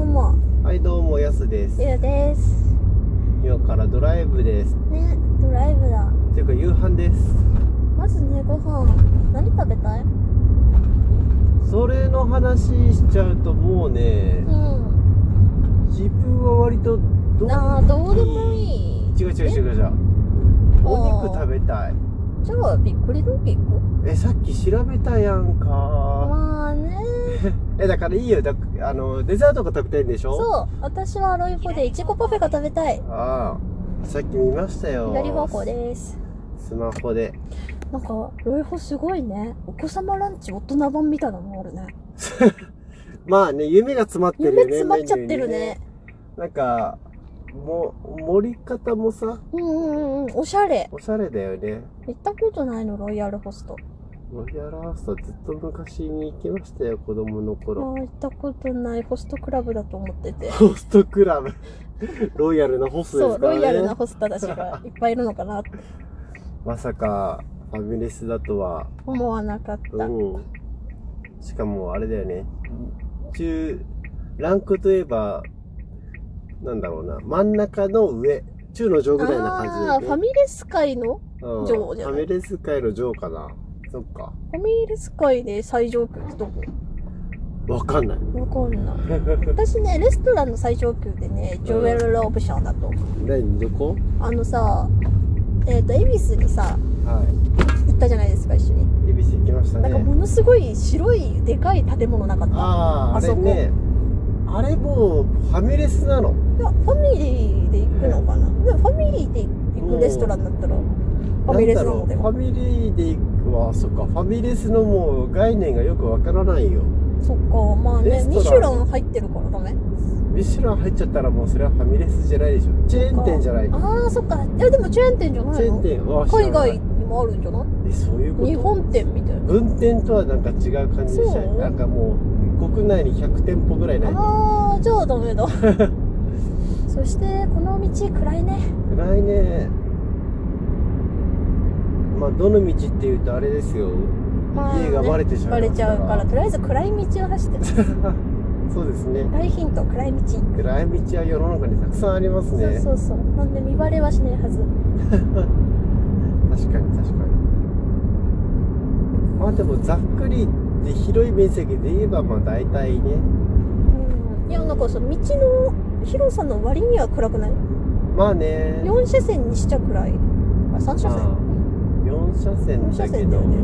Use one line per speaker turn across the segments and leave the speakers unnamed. も、
はいどうもやすです
ゆうです。
今からドライブです
ね、ドライブだ。
ていうか夕飯です
まずね、ご飯、何食べたい
それの話しちゃうともうね
ん。
自分は割とど
ああ、どうでもい
い
い。
違う違う違う違うお肉食べたい
えじゃあ、びっくりドンキ行こう。
えさっき調べたやんか
まあね。
えだからいいよだあのデザートが食べたいんでしょう
そう、私はアロイフォでいちごパフェが食べたい。
ああさっき見ましたよ
左方向です。
スマホで
なんか、アロイフォすごいね。お子様ランチ大人版みたいなのもあるね。
まあね夢が詰まってるよね
夢詰まっちゃってる
メニューに
ね。
なんかも盛り方もさ
うんうんうん、おしゃれ。
おしゃれだよね
行ったことないの、ロイヤルホスト。
ロイヤルハウスはずっと昔に行きましたよ子供の
いや
頃
行ったことないホストクラブだと思ってて。
ホストクラブロイヤルなホストで
そう、
すか
ロ
ら
イヤル
ね
なホストたちがいっぱいいるのかなって
まさかファミレスだとは
思わなかった。
うんしかもあれだよね中ランクといえばなんだろうな真ん中の上中の上ぐらいな
あ
感
ー
じ
ファ
だよね
ミレス界の
うんフ
上じゃ
ァ
ない
ミレス界の上かなそっか
ファミレス界で最上級ってどこ
わかんない
わかんない。 私ね、レストランの最上級でね、ジョエル・ローブシャンだと。
何どこ
あのさ、えっ、と、恵比寿にさ、
は
行ったじゃないですか、一緒に。
い恵比寿行きました
なんか
ね
ものすごい白いでかい建物なかった。
あああ
あ
れ
そこ
ねあれもうファミレスなの
いや、ファミリーで行くのかな。でもファミリーで行くレストランだったら、ファミレスなので
なんだろうファミリーで行くわそっかファミレスのもう概念がよくわからないよ
そっか、まあ
レ
ね
ス、トラン
ミシュラン入ってるからダメ。
ミシュラン入っちゃったらもうそれはファミレスじゃないでしょチェーン店じゃないか
ああ、そっか。いや、でもチェーン店じゃな
チェ
い
ーン
の
店は知ら
海
ない
外にもあるんじゃない
えそういうこ
日
と
本店みたいな。
分店とはなんか違う感じでした
そう
ねなんかもう国内に100店舗ぐらいない
ああ、じゃあダメ だ。そして、この道暗いね。
暗いねまあどの道っていうとあれですよ
まあね
家がバレてしま
バ
い
レ
ます
ち
から
ゃうから、とりあえず暗い道を走って。
そうですね
大ヒント、暗い道。
暗い道は世の中にたくさんあります
そう
ね
そうそう。なんで見バレはしないはず。
確かに確かにまあでもざっくりで広い面積で言えばまあ大体ね
うん。いや、なんかその道の広さの割には暗くない
まあね
?4 車線にしちゃ暗い。あ、3車線
4車線だ
四車
け
線だ
ど
よね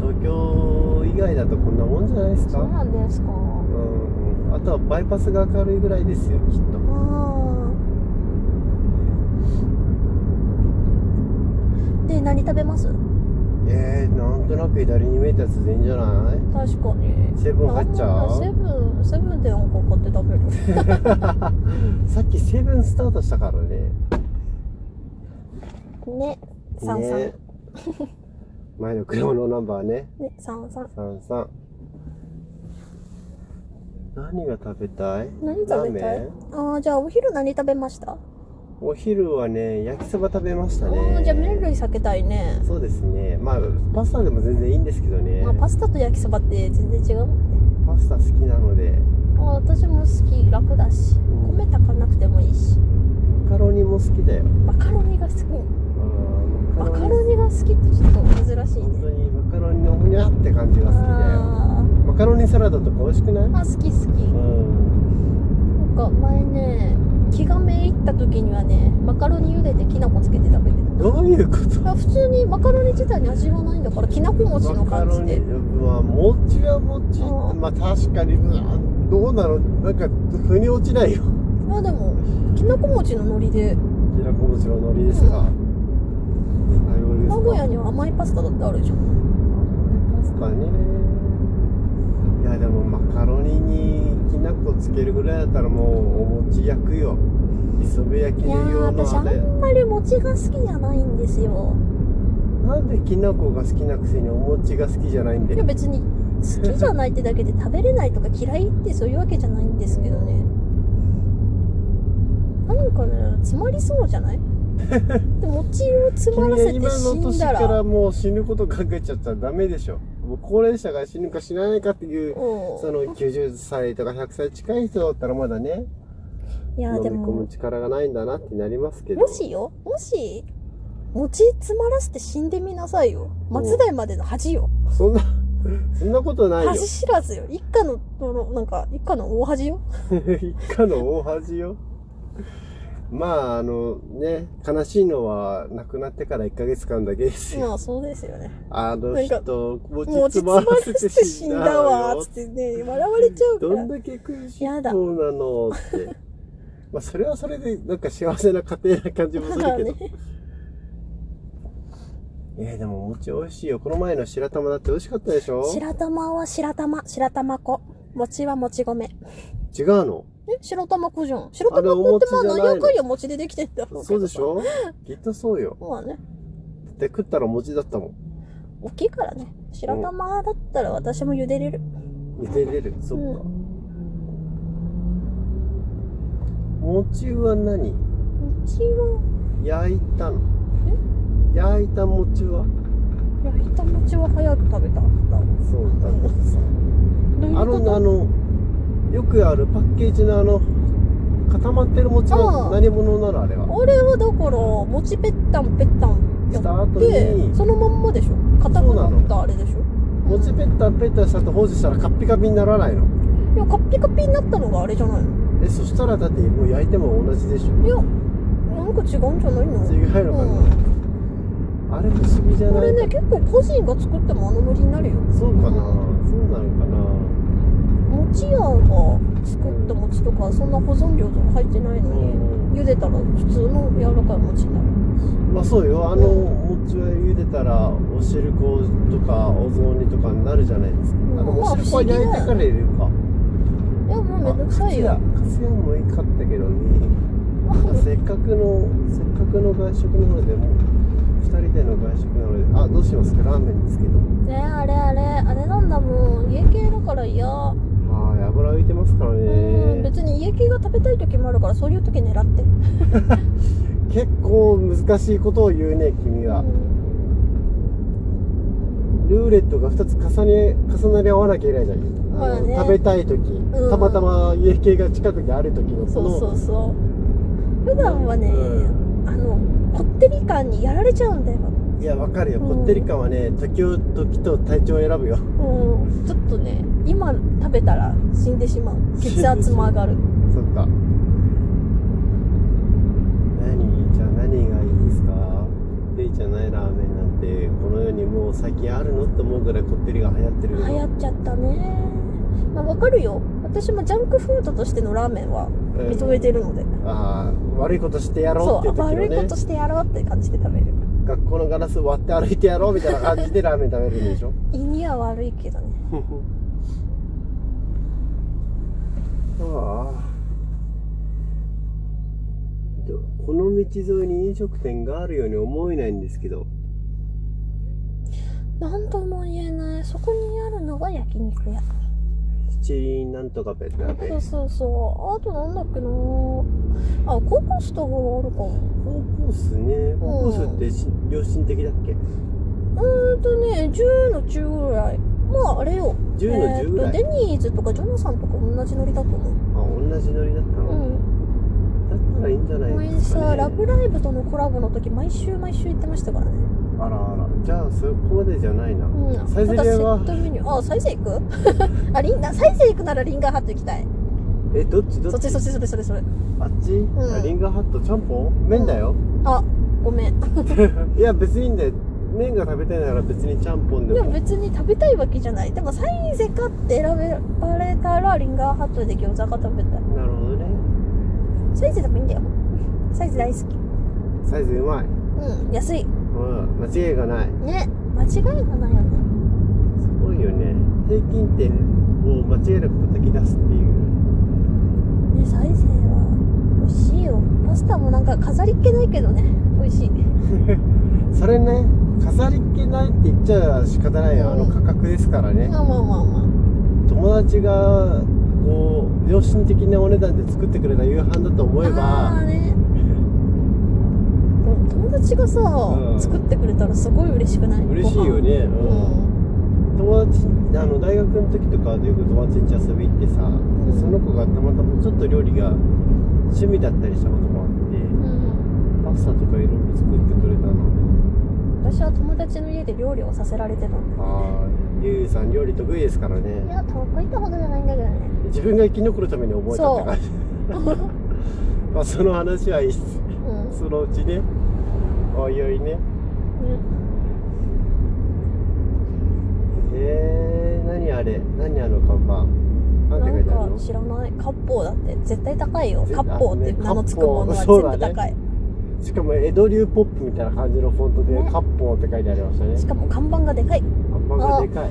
東京以外だとこんなもんじゃないです
そう
か
なんですか。
うんあとはバイパスが明るいぐらいですよきっと
あーで何食べます
えー、なんとなく左に見えたやつでいいんじゃない
確かに
セブン入っちゃ
あーセ
う
ブンセブンでなんか買って食べる
さっきセブンスタートしたからね
ね三三
ね前の車のナンバーね
ね三三
33何が食べたい
何食べたい
ラーメン
あーじゃあお昼何食べました
お昼はね焼きそば食べまし
あ
たね
ーじゃあ麺類避けたいね
そうですねまあパスタでも全然いいんですけどね、
まあパスタと焼きそばって全然違うもん
パスタ好きなので
あー私も好き楽だし
ん
米炊かなくてもいいし
マカロニも好きだよ
マカロニが好き
うん
マカロニが好きってちょっと珍しい
本当
ね
にマカロニのほにゃって感じが好きだよ
あ
マカロニサラダとか美味しくない
ーあ好き好き
うん
なんか前ね気がめいった時にはねマカロニ茹でてきな粉つけて食べて
どういうこ
た普通にマカロニ自体に味はないんだからきな粉餅
と
の
マカ
感
ロ
じ
ニ
で
まあ餅は餅
うん
まあ確かにうんどうなのなんか腑に落ちないよ
まあでもきな粉餅の海苔で
きなこ餅の海苔ですか最後ですか
名古屋には甘いパスタだってあるじゃん
パスタねいやでもマカロニにきな粉つけるぐらいだったらもうお餅焼くよ磯辺焼き
いや
の
ー
よう
私
な
あ
あれ
んまり餅が好きじゃないんですよ
なんできな粉が好きなくせにお餅が好きじゃないん
い
で
や別に好きじゃないってだけで食べれないとか嫌いってそういうわけじゃないんですけどねなんかね詰まりそうじゃ ないで餅を詰まら
君は
せて
今の
死ん
年
だ
かららもう死ぬこと考えちゃったらダメでしょもう高齢者が死ぬか死なないかっていう、
お
その90歳とか100歳近い人だったらまだね、
いや
飲み
で
込む
も
力がないんだなってなりますけど。
もしよもし餅詰まらせて死んでみなさいよ松代までの恥よ
そんな、 そんなことないよ
恥。知らずよ一家の泥なんか一家の大恥よ
一家の大恥よ。まあ、あのね、悲しいのは亡くなってから1ヶ月間だけですよ。
まあそうですよね
あの人、
も
持
う
ちつ
詰
ま
ま
ら
らせ
せて
て
死
死
ん
ん
だ
だ
わ
わ
よ
つっ。てね笑われちゃうか
どん
ら
だけ苦し
やだ
そうなのって。まあ、それはそれで、なんか幸せな家庭な感じもする
まあ
けど。
ね
えー、でも餅美味しいよ。この前の白玉だって美味しかったでしょ
白玉は白玉白玉粉餅はもち米
違うの
え白玉粉じゃん白
あれ
玉
お
粉って
餅じ
ま
ゃ
あ
ないの
何やかんや餅でできてんだろうけどさ
そうでしょきっとそうよ。
まあね
で、食ったら餅だったも
大きいからね白玉だったら私も茹でれる、
ん。茹でれる。そっ
う
か。餅は何
餅は
焼いたの焼いた餅は
焼いた餅は早く食べたんだ
そうだね。
どういう
あ
こと
の、あの、よくあるパッケージのあの、固まってる餅は何物なのあれは。
あれはだから餅ぺったんぺったんや
し
った
後
て
に、
そのまんまでしょ固くなったあれでしょ
餅ペッタンペッタンしたと放置したらカッピカピにならないの。
いやカッピカピになったのがあれじゃないの
え、そしたらだってもう焼いても同じでしょ。
いやなんか違うんじゃないの
違うのかな、あれ不思議じゃ
うん、こ
な
れ
い
ね結構個人が作ってもあのノリになるよ
そうかなそうなのかな
餅屋が作った餅とかそんな保存料とか入ってないのに、茹でたら普通の柔らかい餅になる
まあそうよあの餅は茹でたらお汁粉とかお雑煮とかになるじゃないですか、
うん
あのお汁粉は焼いてから入れるか、
いやもうめんどくさいよ
カツヤもいいかったけどね せっかくのせっかくの外食なのでも2人での外食なのであどうしますかラーメンですけど
ねあれあれあれなんだもん家系だから嫌、
はい油浮いてますから
うん
ね
別に家系が食べたい時もあるからそういう時狙って
結構難しいことを言うね君は、
うん
ルーレットが2つ重ね重なり合わなきゃいけないじゃん、あの
まあね
食べたい時、
ん
たまたま家系が近くにある時の
そうそうそう普段はね、
う
あのこってり感にやられちゃうんだよ、
いやわかるよ
うん
こってり感はね時を時と体調を選ぶよ
うん、ちょっとね今食べたら死んでしまう血圧も上が る
そっか何じゃあ何がいいですかデイじゃないラーメンなんてこの世にもう最近あるのって思うぐらいこってりが流行ってる
流
よ
行っちゃったねまあわかるよ私もジャンクフードとしてのラーメンは
うん
認めてるので、
ああ悪いことしてやろ
そうう
っていう
悪い
時の
こ
ね
としてやろうって感じで食べる
学校のガラス割って歩いてやろうみたいな感じで ラーメン食べるんでしょ
胃には悪いけどね
ああでこの道沿いに飲食店があるように思えないんですけど
なんとも言えないそこにあるのが焼肉屋
七輪なんとかペッタペ
そうそうそうあとなんだっけなあココスとかがあるかも
コーコースねコーコースってし良心的だっけ
うーんとね10の10ぐらいまああれよ
10の10ぐ
え
らい、
ーとデニーズとかジョナサンとか同じノリだと思
あ同じノリだった
うう
の、
ん
だったらいいんじゃない
前
ですか、ね、
さ「ラブライブ!」とのコラボの時毎週毎週行ってましたからね
あらあらじゃあそこまでじゃないな、
うん
サイゼリ
な
ヤ
んかセ
は
ットメニューあサイゼ行く あリンガサイゼ行くならリンガーハット行きたい
えどっちどっ
そっ
ち
ちそっちそれそれそれ
あっち、
ん
あリンガーハットちゃんぽん麺だよ、
あごめん
いや別にいいんだよ麺が食べたいなら別にちゃんぽんで
で
も
も別に食べたいわけじゃないでもサイゼかって選ばれたらリンガーハットで餃子が食べたい
なるほどね
サイゼでもいいんだよサイゼ大好き
サイズうまい
うん安い
うん間違いがない
ね間違いがないよね
すごいよね平均点を間違いなく叩き出すっていう
ねサイゼは美味しいよパスタもなんか飾りっ気ないけどね美味しい
それね飾りっ気ないって言っちゃ仕方ないよあの価格ですからね
まあまあまあまあ
友達がこう良心的なお値段で作ってくれた夕飯だと思え
あ
ば
ーね友達がさ、
うん
作ってくれたらすごい嬉しくない
嬉しいよ
ご飯
ねう
うん
友達あの大学の時とかよく友達ん家遊び行ってさ
ん
その子がたまたまちょっと料理が趣味だったりしたこともあっ
う
て
ん
パスタとかいろいろ作ってくれたの
私は友達の家で料理をさせられてたんだ
ああゆうさん料理得意ですから
い
ね
や得意ってほどじゃないんだけどね
自分が生き残るために覚えたって感じ まあその話はいい
うん
そのうちねおいおいねえー、何あれ何あの看板なんて書いてあ
な
る
ん
の
か知らない割烹だって絶対高いよ
ぜ
割烹って名の付くものは
割烹
全部高い、
しかも江戸流ポップみたいな感じのフォントで「
ね
カッポー」って書いてありましたね
しかも看板がでかい
看板がでかい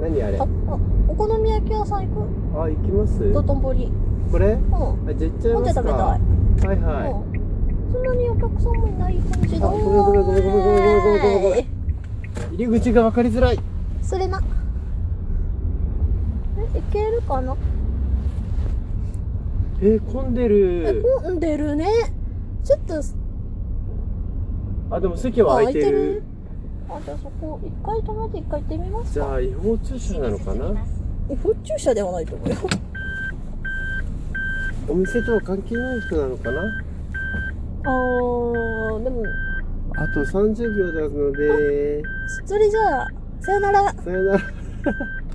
何あれ
ああお好み焼き屋さん行く
あ行きます
道頓堀うん
これ
も
あ絶対
っ
ま
て
す
食べた
か
い、
はいは
うんそんなにお客さんもいない感じだ
あごめんごめんごめんごめんごめんごめんごめんごめんい入り口が分かりづらい
それなえいけるかな
えー混んで
え
る
混んでるねちょっと
あでも席は空いてる
あじゃあそこ一回止めて一回行ってみます
じゃ
か
あ違法駐車なのかな
え不注射ではないと思うよ
お店とは関係ない人なのかな
あーでも
あと30秒なので
それじゃあさよなら
さよなら